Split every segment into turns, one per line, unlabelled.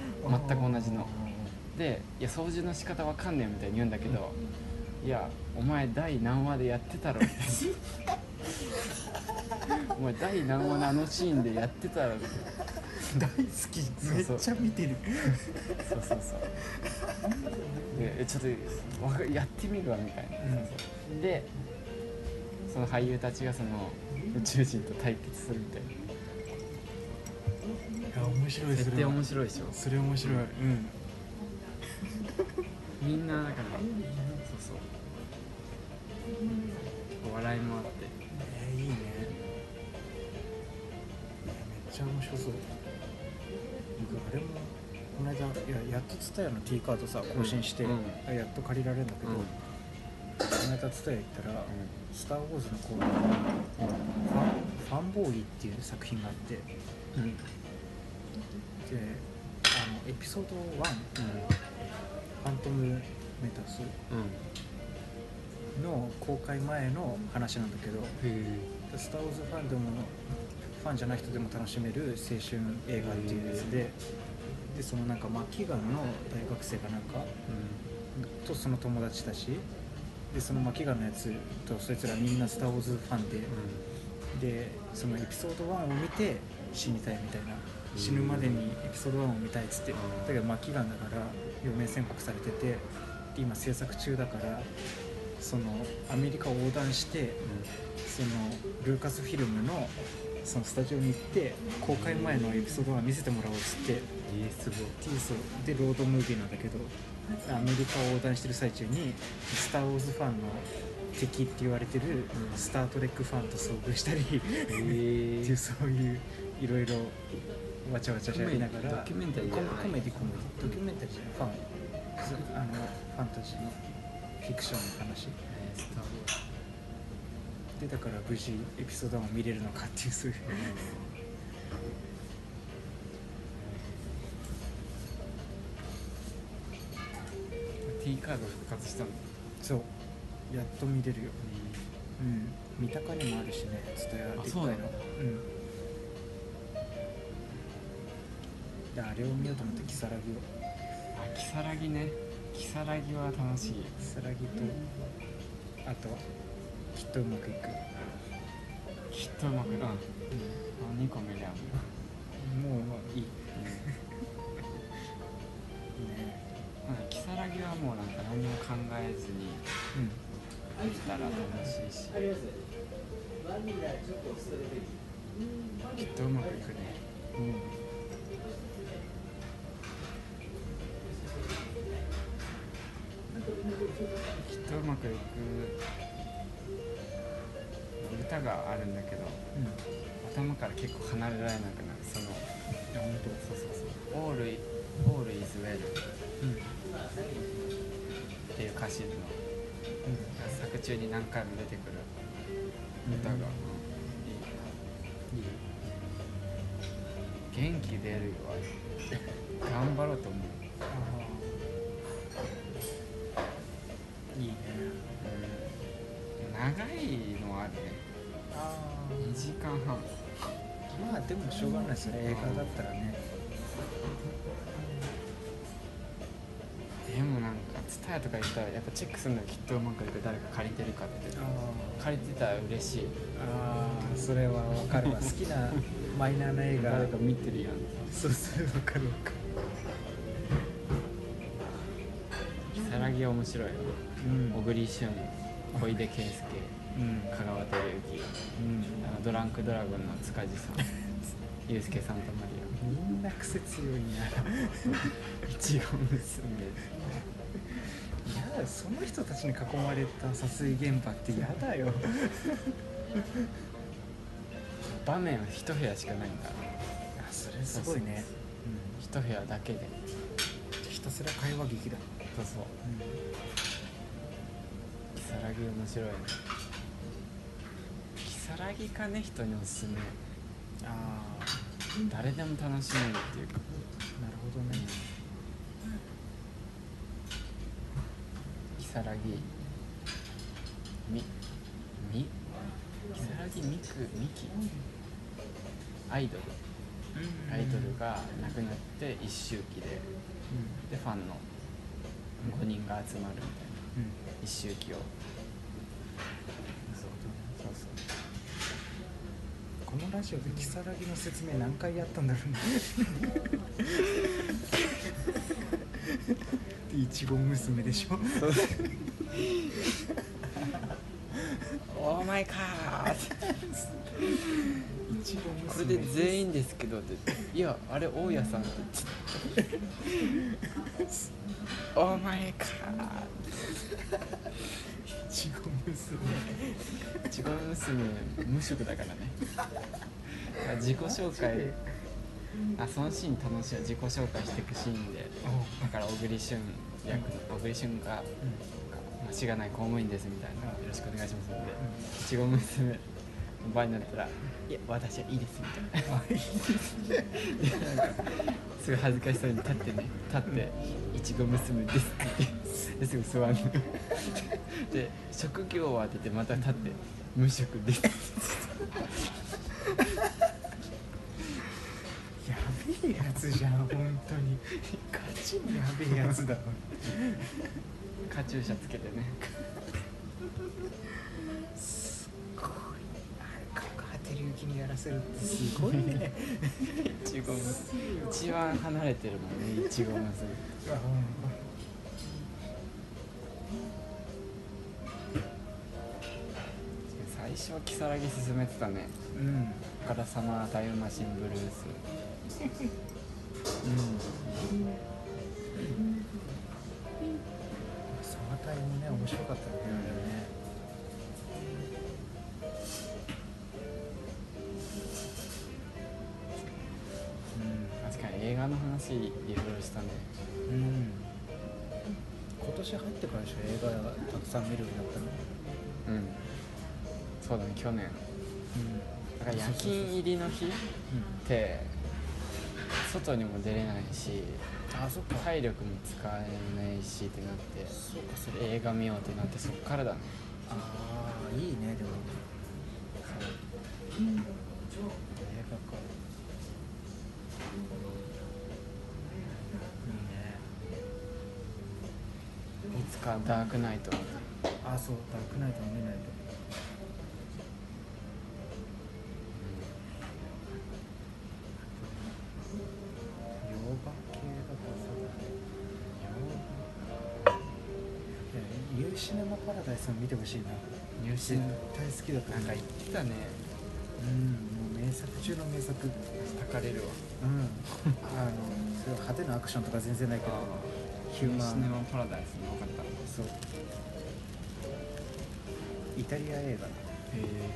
全く同じので「いや掃除の仕方わかんねえ」みたいに言うんだけど「いやお前第何話でやってたろ」み たいなお前第何話のあのシーンでやってたろ」みたいな
大好きめっちゃ見てる
そうそうそうでえちょっとわかやってみるわみたいな、
うん
そうそうでその俳優たちがその宇宙人と対決するみたいない
や面白いそ
絶
れ
対
は
面白いでしょ
それ面白いうん
みんなだからそうそうお笑いもあって
えーいいねいやめっちゃ面白そう僕あれもこの間いややっと TSUTAYA の T カードさ更新して、
うん
やっと借りられるんだけど、
うん
この間 TSUTAYA 行ったら「スター・ウォーズ」のこうファン「ファンボーイ」っていう作品があってで
うんうん
あのエピソード1「ファントム・メタス
うん」
の公開前の話なんだけど
へえ
「スター・ウォーズ」ファンでものファンじゃない人でも楽しめる青春映画っていうやつででそのなんかマキガンの大学生がなんかとその友達たちでそのマキガンのやつとそいつらみんな「スター・ウォーズ」ファンで。でそのエピソード1を見て死にたいみたいな死ぬまでにエピソード1を見たいっつってだ
うん
けど末期がんだから余命宣告されててで今制作中だからそのアメリカを横断してそのルーカスフィルムのそのスタジオに行って公開前のエピソード1見せてもらおうっつって
うんえーすごい
T 層でロードムービーなんだけどアメリカを横断してる最中に「スター・ウォーズ」ファンの敵って言われてる「スター・トレック」ファンと遭遇したり。
へ
っていう
え
そういういろいろわちゃわちゃしゃべりながら
ドキュメンタリーじゃない
コメコメディコメディドキュメンタリーじゃないファンあのファンタジーのフィクションの話
スター・ウォーズ
でだから無事エピソード1を見れるのかっていうそういう
うん T カード復活したんだ
そうやっと見れるようん三鷹にもあるしねツタヤでっ
あ
かい
そ
の
う
う
なんの
であれを見ようと思って如月を
あ如月ね如月は楽しい
如月とあとはきっとうまくいく
きっとうまくうんあ2個目だ
もうまあいいね
うん如月はもうなんか何も考えずに
うん
できたら楽しいしきっとうまくいくね
うん
きっとうまくいく歌があるんだけど
うん
頭から結構離れられなくなるその
いや本当
そうそうそう「オールオールイズウェル」
うんうん
っていう歌詞の作中に何回も出てくる歌が、
うん
いいいい元気出るよあれ頑張ろうと思う、
ああいいね
うん、長いのはあるね
あ
2時間半
あまあでもしょうがないですよね映画だったらね
でもなんか TSUTAYA とか行ったらやっぱチェックするのきっとうまくいく誰か借りてるかって借りてたら嬉しい
ああそれはわかるわ好き なマイナーな映画
誰か見てるやん
そうそうわかるわかる
さらぎは面白いよ
うん
小栗旬小出圭介
うん
香川照之
うん
あのドランクドラゴンの塚地さんユうスケ・サンタマリ
みんな癖 強いな
アいちご娘
いやだその人たちに囲まれた殺意現場って嫌だよ
場面は一部屋しかないんだ
あそれすごいね
一部屋だけで
うんひたすら会話劇だ、
そうそう如月面白いね如月かね人におすすめ
ああ
誰でも楽しめるっていうか
なるほどね
如月みみ如月みくみきアイドルアイドルがなくなって一周期ででファンの5人が集まるみたいな
うん
一周期をそうそう
このラジオで如月の説明何回やったんだろ うなでいちご娘でしょ
お前かー
いちご娘
これで全員ですけどって言っていやあれ大家さんってお前か
いちご娘
ー自己娘無職だからね自己紹介あそのシーン楽しいよ自己紹介していくシーンでだから小栗旬役の小栗旬が「間違いない公務員です」みたいな「よろしくお願いします」のでいちご娘の場になったら「いや私はいいです」みたいな すごい恥ずかしそうに立ってね立って「いちご娘です」って言ってですぐ座るので「職業は?」って言ってまた立って「無職です」
やべえやつじゃん本当にガチのやべえやつだわ
カチューシャつけてね
角畑隆起にやらせるってすごいね
いちご娘一番離れてるもんねいちご娘最初は如月進めてたね
うん
岡田様タイムマシンブルース
サマタイもね面白かったよね
確かに映画の話いろいろしたね
あれねうん、うん、今年入ってからでしょ映画たくさん見るようになったの
うんそうだね去年だから夜勤入りの日っ
うん
て外にも出れないし
あそっか
体力も使えないしってなって
そうかそれ
映画見ようってなってそっからだね
ああいいねでも
映画か
い
いつかダークナイトを
いねあそうダークナイトも見ないと洋画系だからさいやニューシネマパラダイスも見てほしいな
ニューシ
絶
ー
対好きだと
なん
思う
か言ってたね
うんもう名作中の名作
たかれるわ
うんあのそういう派手なアクションとか全然ないけどヒューマ
シネ
ン
マパラダイスの分かったへ
そうイタリア映画だ
え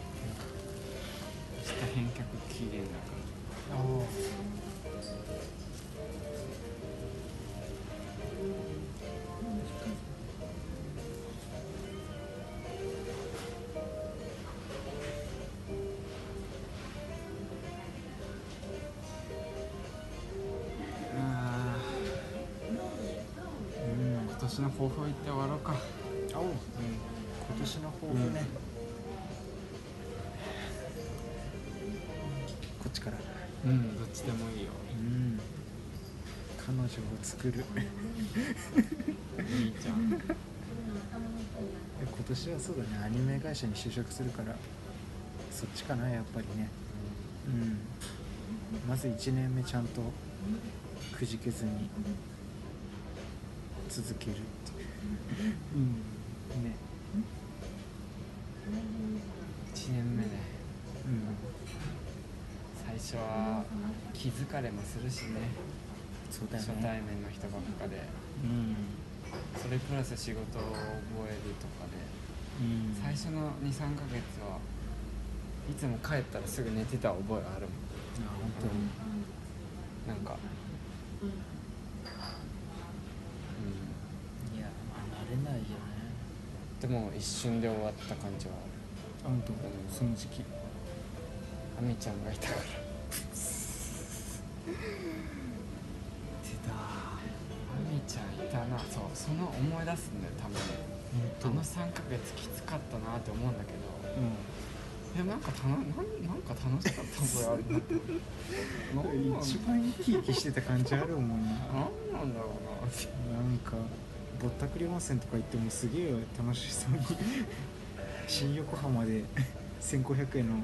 下返却期限だから
ああ
あ
うん
今年の抱負を言って終わろうか
あおう、うん、今年の抱負ね、こっちから
うんどっちでもいいよ
うん彼女を作るえ
いいじゃん
今年はそうだねアニメ会社に就職するからそっちかなやっぱりねうんまず1年目ちゃんとくじけずに続けるって
うん
いうね
1年目ね
うん
最初は気づかれもするしね
そうだよ
初
ね
対面の人ばっかで
うん
それプラス仕事を覚えるとかで
うん
最初の23ヶ月はいつも帰ったらすぐ寝てた覚えあるもん
あ本当に
なんか
いや慣れないよね
うんでも一瞬で終わった感じは
あ本当その時期
ある亜美ちゃんがいたから
出た
亜美ちゃんいたなそうその思い出すんだよ多分
本当
あの3ヶ月きつかったなって思うんだけど
う
えなんかたのなんなんか楽しかった覚えあるなって思うなんなん
一番生き生きしてた感じあるもん
な
な
んなんだろうなって
なんかぼったくり温泉とか行ってもすげえ楽しそうに新横浜で1500円の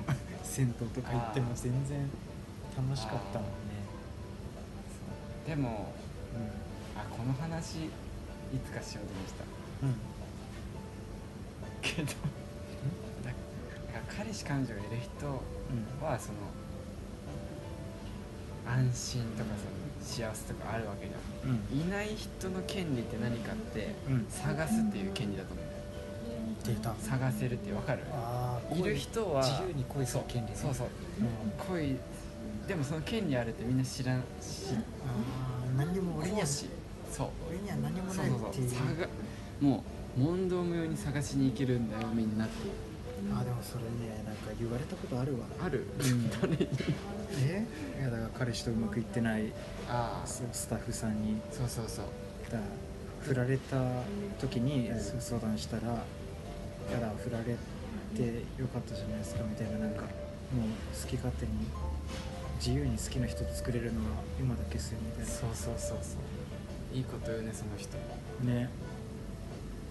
銭湯とか行っても全然楽しかったもんね
でも
う
あこの話いつかしようと思ってた
ん、うん、
けどだだから彼氏彼女がいる人はその安心とかその幸せとかあるわけじゃん
うんうん
いない人の権利って何かって
うん
探すっていう権利だと思う
出た
探せるって分かる
あー
いる人は
自由に恋する権利ね
そうそう
うん
恋でもその権利あるってみんな知らんし
あー何にも俺には
しそう
俺には何も
そ
な
う
い
そう
って
そ
いうう
探もう問答無用に探しに行けるんだよみんなって
あーでもそれねなんか言われたことあるわ
ある、
うん
誰に
えいやだから彼氏とうまくいってない
ああそ
そうスタッフさんに
うそうそう
だ振られた時に
うん
そう相談したら「ただ振られてよかったじゃないですか」みたいななんかもう好き勝手に自由に好きな人と作れるのは今だけですよみたい
そうそうそうそういいこと言うねその人
なね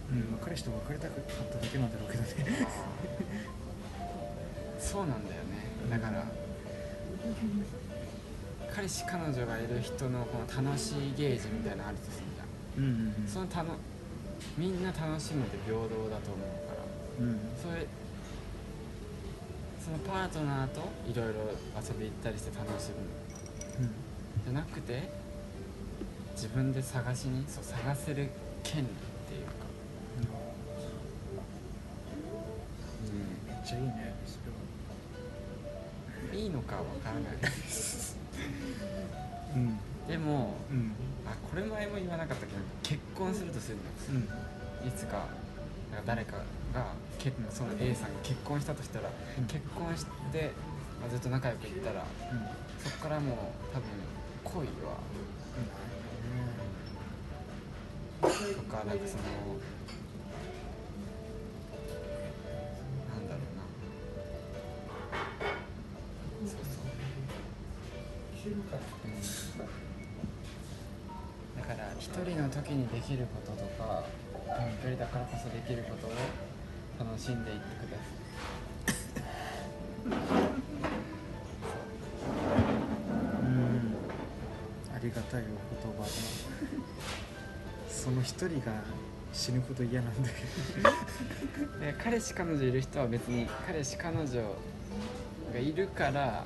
うんまあ彼氏と別れたかっただけなんだろうけどね
そうなんだよねだ から彼氏彼女がいる人のこの楽しいゲージみたいなのあるとするじゃん
うんうんうん
そのたのみんな楽しむって平等だと思うから
うん
それそのパートナーといろいろ遊び行ったりして楽しむじゃなくて自分で探しにそう探せる権利っていうか、
めっちゃいいねそれ
いいのかわからない
はうん
でも
うん
あこれ前も言わなかったけど結婚するとするんです
うん
いつかなんか誰かが結その A さんが結婚したとしたら、
うん
結婚して、まあ、ずっと仲良くいったら
うん
そこからもう多分恋はとかなんかそのなんだろうなそうそう、うん、だから一人の時にできることとか一人だからこそできることを楽しんでいってください
うんありがたいお言葉だその一人が死ぬこと嫌なんだけ
で彼氏彼女いる人は別に彼氏彼女がいるから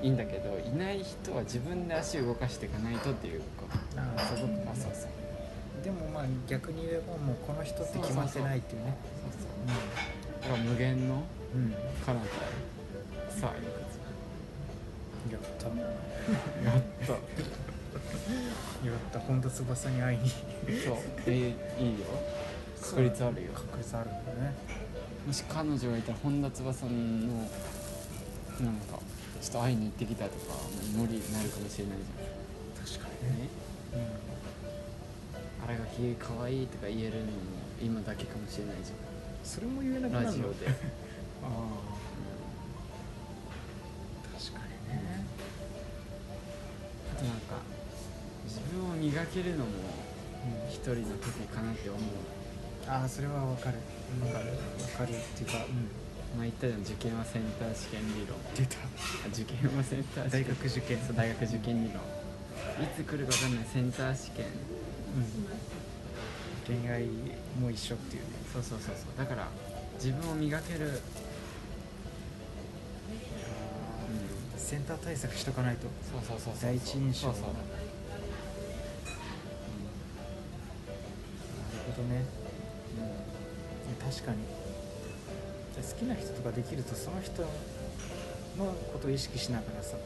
ど、
いいんだけどいない人は自分で足を動かしていかないとっていうこと
ああそういうこと
あそうそうそう
でもまあ逆に言えばもうこの人って決まってないっていうね
そうだから無限の
うん、うん、
彼方へさあ行く
やったや
ぞやった
った本田翼に会いに
そうえいいよ確率あるよ
確率あるんだね
もし彼女がいたら本田翼のなんかちょっと会いに行ってきたとかもう無理になるかもしれないじ
確か
ゃんね
にね、
あれがき可愛いとか言えるのも今だけかもしれないじ
うん、それも言えな
ゃ
く
ん
なる
ラ
の
ジオで
ああ確かにね
あとなんか自分を磨けるのも一人の時かなって思う
ああそれはわかるわかるわかるっていうか、うん、
まあ言ったじゃん受験はセンター試験理論
出た
あ受験はセンター試
大
験
学受験
そう大学受験理論いつ来るか分かんないセンター試験
うん、恋愛も一緒っていうね
そうそうそうそうだから自分を磨ける、うん、
センター対策しとかないと
そうそうそうそう
第一印
そ
象
うそう
なるほど
うん
ね
うん
確かにじゃあ好きな人とかできるとその人のことを意識しながらさ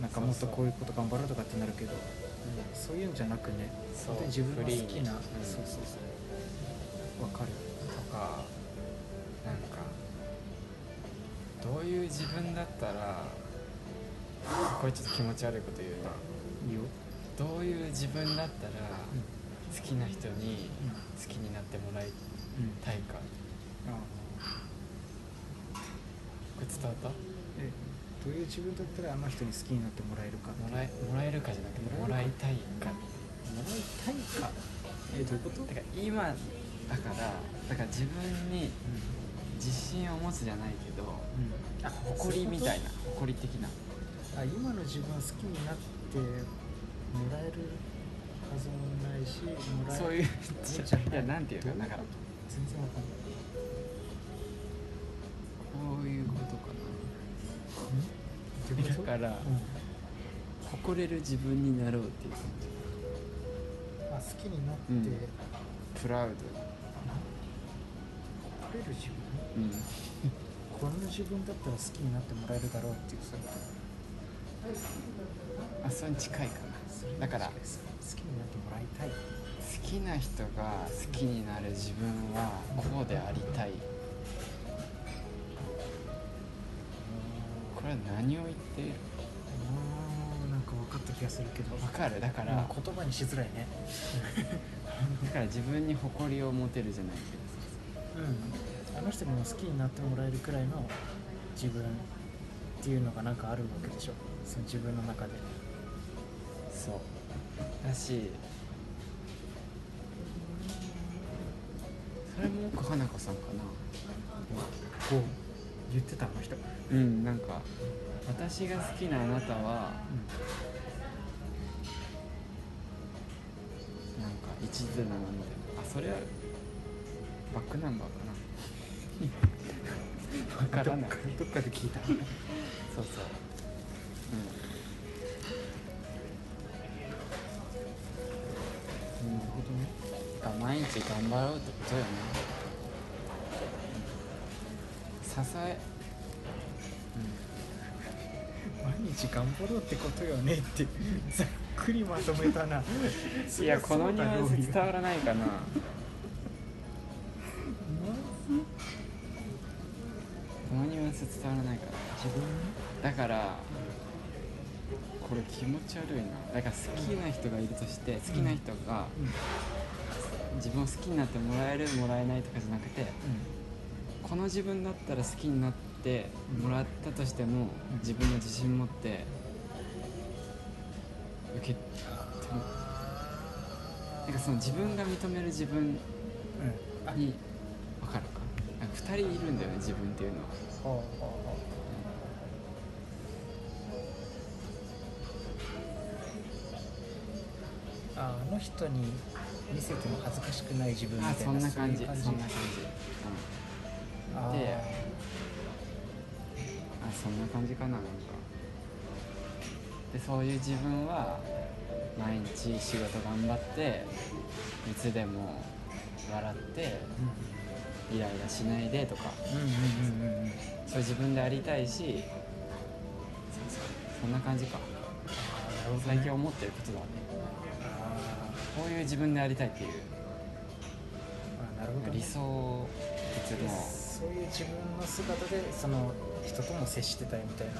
なんかもっと
そうそう
こういうこと頑張ろうとかってなるけどそういうんじゃなくね
そう
本当に自分の好き
フリーに
な、
うん
そうそうそうわかる
とかなんかどういう自分だったらこれちょっと気持ち悪いこと言うない
いよ、
どういう自分だったら好きな人に
うん
好きになってもらい
うん
たいか
あ
く伝わった
えどういう自分だったらあの人に好きになってもらえるかって
もらえもらえるかじゃなくてもらいたいか
もらいたいかえどういうこと
だから今だからだから自分に自信を持つじゃないけど
うん
あ誇りみたいな誇り的な
あ今の自分好きになってもらえるはずもないしもらえ
そういう
そうじゃ
いやなんていうの
ど
だから
全然わかんない
こういうことか
どういうこと
だから
うん
な誇れる自分になろうっていう感
あ好きになって、
うん
取
じプラウ
れる自分
ドうん
この自分だったら好きになってもらえるだろうっていうそれ
あそれに近いか
それ
なだから
好きになってもらいたい
好きな人が好きになる自分はこうでありたいこれは何を言っている
あーなんか分かった気がするけど
わかるだか
ま
ら
あ言葉にしづらいね
だから自分に誇りを持てるじゃないけどさ
うんあの人にも好きになってもらえるくらいの自分っていうのがなんかあるわけでしょその自分の中で
そうだしそれも奥花子さんか
こう言ってたあの人、うん、
なうんなんか私が好きなあなたはなんか一途なのみたいなあそれはバックナンバーかなわからない
どっかで聞いた
そうそううんなるほどねだから毎日頑張ろうってことよね支え
毎日頑張ろうってことよねってざっくりまとめたな
いやこのニュアンス伝
ま
わらないかな
ず
このニュアンス伝わらないか
自分
なだからこれ気持ち悪いなだから好きな人がいるとして好きな人が
うん
自分を好きになってもらえるもらえないとかじゃなくてこの自分だったら好きになってもらったとしても、
うん
自分の自信持って受けてもなんかその自分が認める自分
うんうんあは
に分かるかなんか2人いるんだよね自分っていうのは
あはあはあああの人に見せても恥ずかしくない自分みたい
あ
な
そんな感じ
そういう
そんな感じ、
あー
でうん、あそんな感じかななんかでそういう自分は毎日仕事頑張っていつでも笑ってイライラしないでとか
うんうんうんうんうんうん
そういう自分でありたいしそうそうそんな感じか最近思ってることだね
あ
こういう自分でありたいっていう
あなるほどね
理想をいつ
で
も
そういう自分の姿でその人とも接してたいみたいな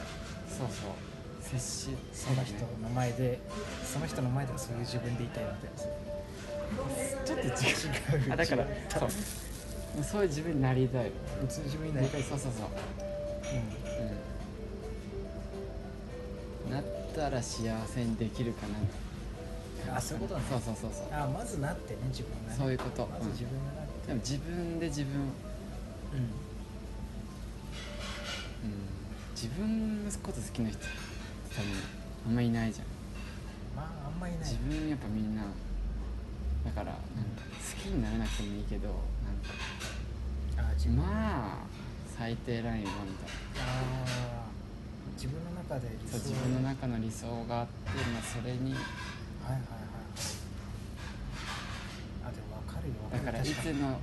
そうそう接し
その人の前でその人の前ではそういう自分でいたいみたいな
ちょっと違
違う
うあだから
違う
そうそういう自分になりたい
普通自分になりたい
そうそうそう
う
うんなったら幸せにできるかなん
あそういうことなんだ
そうそうそうそう
あまずなってね自分がね
そういうこと、
ま
う
ず
ん
自分がなって、
でも自分で自分、うん、自分のこと好きな人多分あんまいないじゃん
まああんまりない
自分やっぱみんなだからなんか好きにならなくてもいいけどなんか
あ自分、
まあ最低ラインはみたいな
あー自分の中で理
そう
想
自分の中の理想があって、まあ、それに
はいはいはいあでも分かるよ
だからい
確
つ
かに
の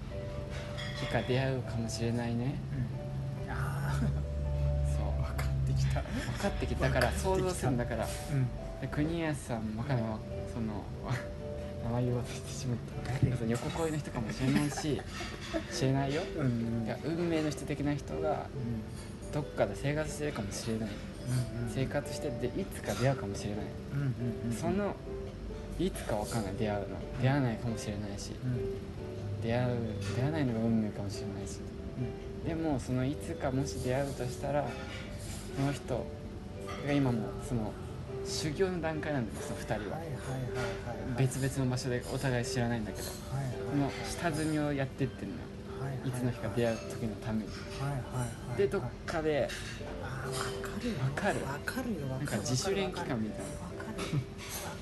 日か出会うかもしれないね
うん、あ
そう
あ分かってき
分
た
かってきただから想像するんだから
うん
で国安さんもかのその名前言おうとしてしまったその横恋の人かもしれないし知れないよ
うんうん
いや運命の人的な人がどっかで生活してるかもしれない生活してていつか出会うかもしれない、
うんうんうん
そのいつかわかんない出会うの出会わないかもしれないし
うんうん
出会う出会わないのが運命かもしれないし
うん
でもそのいつかもし出会うとしたらこの人が今もその修行の段階なんですよその2人は
はいはいはいはい
別々の場所でお互い知らないんだけど
はいはい
この下積みをやってってんのよ
はいはい
いつの日か出会う時のために
はいはいはい
でどっかで
あーわかるよ
わかる
わかるよわ
なん
か
か
る
自主練期間
わ
みたいな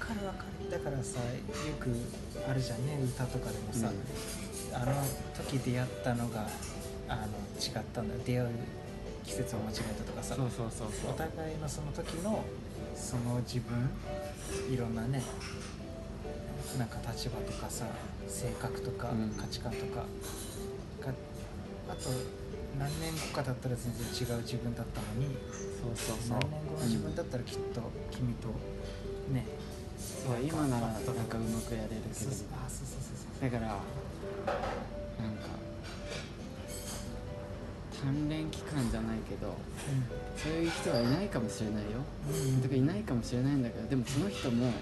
かるわかるわかるだからさよくあるじゃんね歌とかでもさ、あの時出会ったのがあの違ったんだよ出会う季節を間違えたとかさ
そうそうそうそ
お
う
互いのその時のその自分いろんなねなんか立場とかさ性格とか
うん
価値観とかが、あと何年後かだったら全然違う自分だったのに
そうそうそう
何年後の自分だったらきっと君とね、
そう今ならなんかうまくやれるけ
そう
ど
そうあそうそうそうそう
だからなんか鍛錬期間じゃないけどそういう人はいないかもしれないよ
うんうん
とかいないかもしれないんだけどでもその人も
うん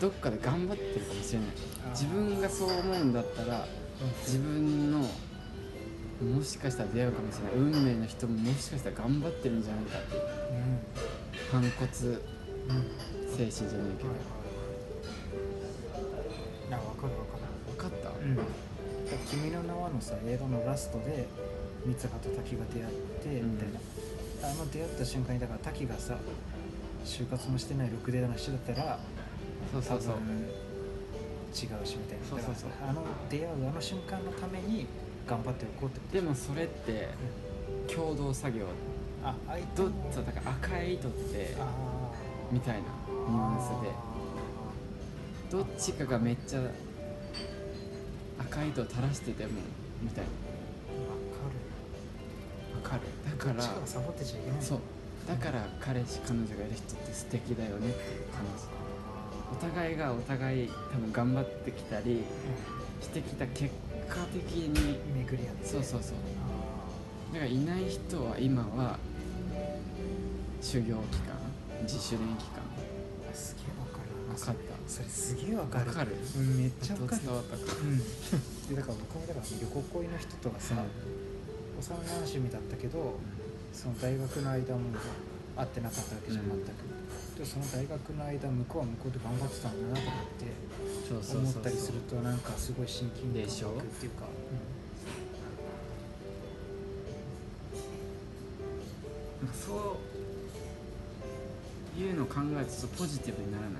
どっかで頑張ってるかもしれない
あー
自分がそう思うんだったら自分のもしかしたら出会うかもしれない運命の人ももしかしたら頑張ってるんじゃないかっていう反骨精
うんうん
神じゃないけど
いやわかるわかる
分かった
うん、君の名はのさ映画のラストで三葉と滝が出会って
うん
みたいな、あの出会った瞬間にだから滝がさ就活もしてないろくでな人だったら
そうそうそう
多分違うしみたいな
そうそうそう
だからあの出会うあの瞬間のために頑張っておこうってこと
でもそれって共同作業
あ相手
ど
の
っちだから赤い糸って
あ
みたいな
ー
ニュアンスでどっちかがめっちゃ赤い糸を垂らしててもみたい
わ
なわかるだか
かる
ら
力がサボってちゃいけない
そうだから彼氏彼女がいる人って素敵だよねっていう感じお互いがお互い多分頑張ってきたりしてきた結果的に
うん巡り合って
そうそうそう
あ
だからいない人は今は修行期間自主練期間
ーすげえわかる
分かっ
それすげえわ
た
か
分
る
かる
うんめっち
ち
ゃ
ょっ
わ
と
かる
伝わったか
うんでだから僕もだから旅行恋の人とはさ幼なじみだったけどその大学の間も会ってなかったわけじゃん
うん
全く、でもその大学の間向こうは向こうで頑張ってたんだなと
そう
思って
そう
思っ
そう
たりす
そう
るとなんかすごい親近感
でしょ
湧くっていうか
なんかそういうのを考えるとちょっとポジティブにならない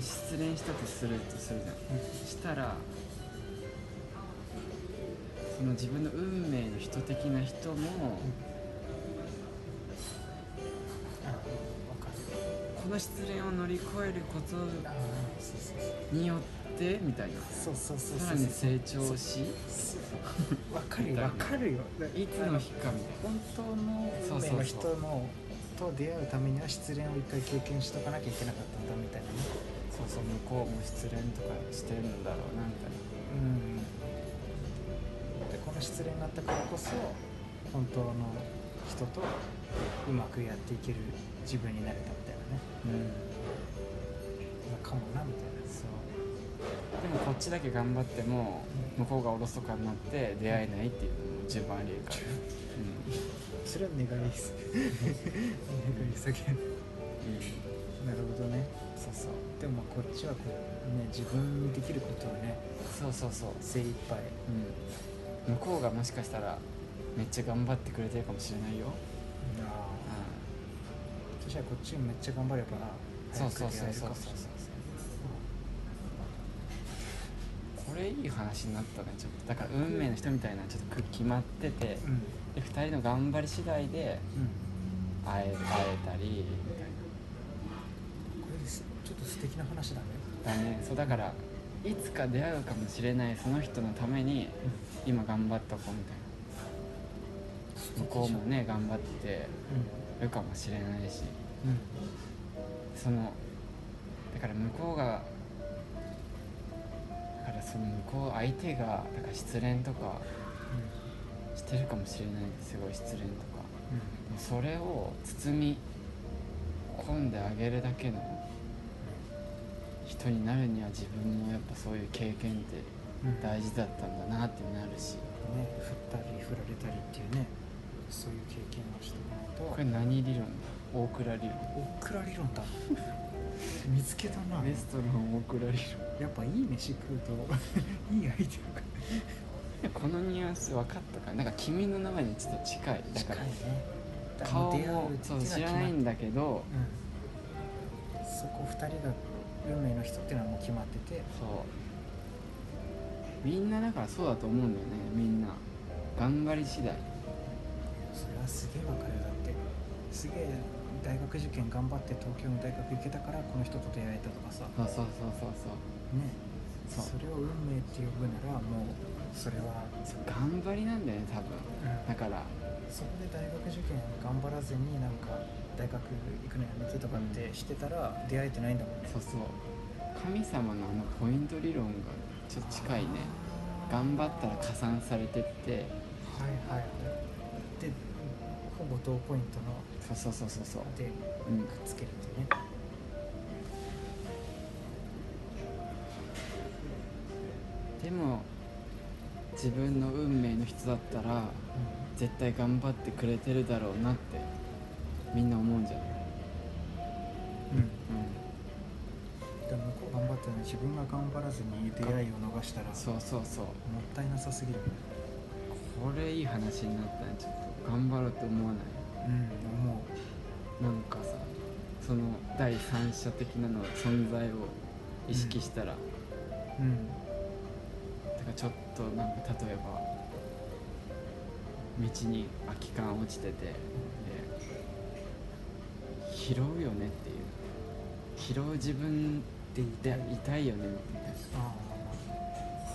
失恋したとするとするじゃん
うん
したらその自分の運命の人的な人も
あわかる
この失恋を乗り越えること
あそうそう
によってみたいな
そうそうそう
さ
そ
ら
う
に成長し
わか るよわかるよ
いつの日かみたい
本当の運命の人のと出会うためには失恋を一回経験しとかなきゃいけなかったんだみたいなね
なそうそう向こうも失恋とかしてるんだろうなみたいな
うんでこの失恋があったからこそ本当の人とうまくやっていける自分になれたみたいなね
うん
まあかもなみたいな
そうでもこっちだけ頑張っても向こうがおろそかになって出会えないっていうのも十分ありえるから、
それは願いです願い先
うん、
なるほどね
そうそう
でもまあこっちはこう、ね、自分にできることをね
そうそうそう
精一杯
うん、向こうがもしかしたらめっちゃ頑張ってくれてるかもしれないよ、う
そしたらこっちもめっちゃ頑張れば
ん、そう
早
そう
く
そ
出
う
会える
そうそう
か
そう
もしれない
これいい話になったねちょっとだから運命の人みたいなちょっとく決まっててで
うん
2人の頑張り次第で
うん
会え会えたりみたい
これすちょっと素敵な話だね
なだねそうだからいつか出会うかもしれないその人のために今頑張っとこうみたいな向こうもね頑張ってるかもしれないし
うんうん
そのだから向こうがだからその向こう相手がだから失恋とかしてるかもしれないすごい失恋とか
うん
でもそれを包み込んであげるだけの人になるには自分もやっぱそういう経験って
うん
大事だったんだなってなるし
ね振ったり振られたりっていうねそういう経験をしても
こ
ら
れ
うと
何理論だ大倉理論
オクラ理論だ見つけたな
レストラン大倉理
やっぱいい飯食うといいアイデアが
論このニュアンス分かったかなんか君の名前にちょっと近いだから
近いねだから
顔
出会
も
う
そう
手が
知らないん
決まっ
だけど
うんそこ2人が運命の人っていうのはもう決まってて
そうみんなだからそうだと思うんだよねみんな頑張り次第
それはすげえわかるよだってすげえ大学受験頑張って東京の大学行けたからこの人と出会えたとかさね
そうそうそうそうそ
そうれを運命って呼ぶならもうそれは、
そうそう頑張りなんだよね多分だから
そこで大学受験頑張らずになんか大学行くのやめてとかってしてたら出会えてないんだもんね
そうそう神様のあのポイント理論がちょっと近いね頑張ったら加算されてって
はいはいはいでほぼ同ポイントの
そうそうそうそうそう
で
うん
つけるっていうね
でも自分の運命の人だったら絶対頑張ってくれてるだろうなってみんな思うんじゃない、
うん、でも向こう頑張ってるのに自分が頑張らずに出会いを逃したらもっ
そうそうそう
たいなさすぎるよね
これいい話になったねちょっと頑張ろうと思わない
うん思
なんかさその第三者的なの存在を意識したら、
ううん
だからちょっとなんか例えば道に空き缶落ちててで拾うよねっていう拾う自分でいたいたいよねみたいな
あ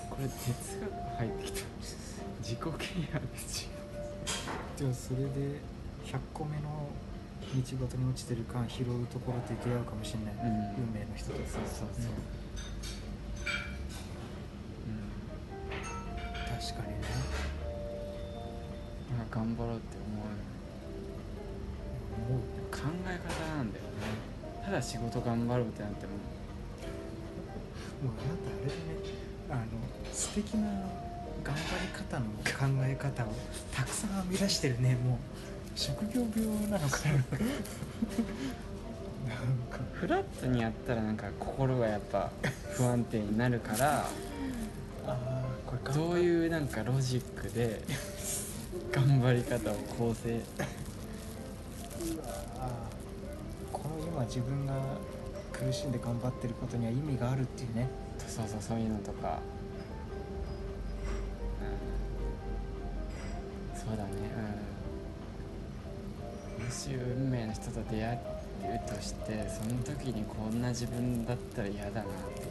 これ哲学入ってきた自己啓発
あでもそれで100個目の道端に落ちてる缶拾うところで出会うかもしれない、
うん
運命の人と
そうそうそう、うん
確かにね
だから頑張ろうって思うよね
思う
考え方なんだよねただ仕事頑張ろうってなっても
もうあなたあれだねあの素敵な頑張り方の考え方をたくさん編み出してるねもう職業病なの かななんか
フラットにやったらなんか心がやっぱ不安定になるから
ああこれ
どう
う
いうなんかロジックで 頑張り方を構成
あーこの今自分が苦しんで頑張ってることには意味があるっていうね
そうそうそういうのとか、うん、そうだねうんもし運命の人と出会うとしてその時にこんな自分だったら嫌だなってい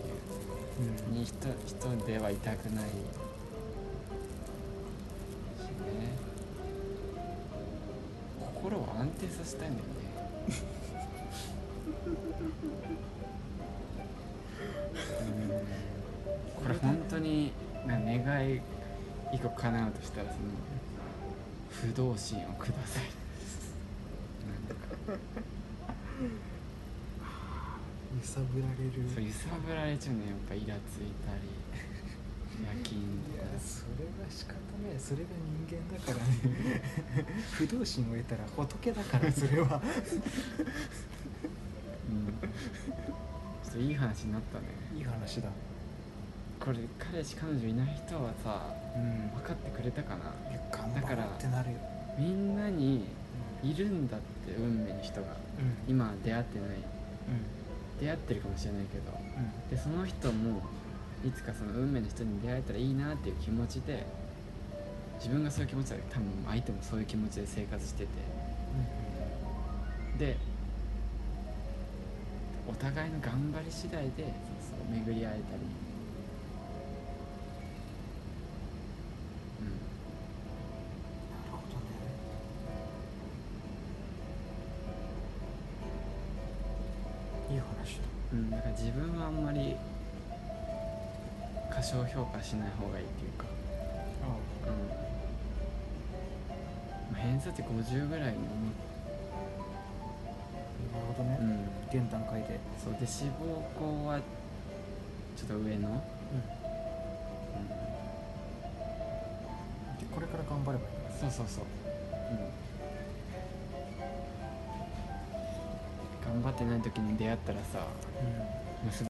う
うん
に人人ではいたくないしね心を安定させたいんだよねうんこれ本当にな願い一個叶うとしたらその不動心をくださいなんか
揺さぶられる
そう揺さぶられちゃうねやっぱイラついたり夜勤
い
と
や
か
それが仕方ないそれが人間だからね不動心を得たら仏だからそれは
うんちょっといい話になったね
いい話だ
これ彼氏彼女いない人はさ
うん
分かってくれたかな
頑
だ
張
から
ろうってなるよ、
みんなにいるんだって運命の人が
うん
今出会ってない
うん
出会ってるかもしれないけどでその人もいつかその運命の人に出会えたらいいなっていう気持ちで自分がそういう気持ちだ多分相手もそういう気持ちで生活しててでお互いの頑張り次第でそうそう巡り会えたり、
なるほどねいい話だ
うんうん、だから自分はあんまり過小評価しない方がいいっていうか、うんまあ、偏差値50ぐらいに思
なるほどね、
う、ん、
現段階で、
そうで志望校はちょっと上の
でこれから頑張ればいい
そうそうそう、うん、頑張ってない時に出会ったらさ
うん
結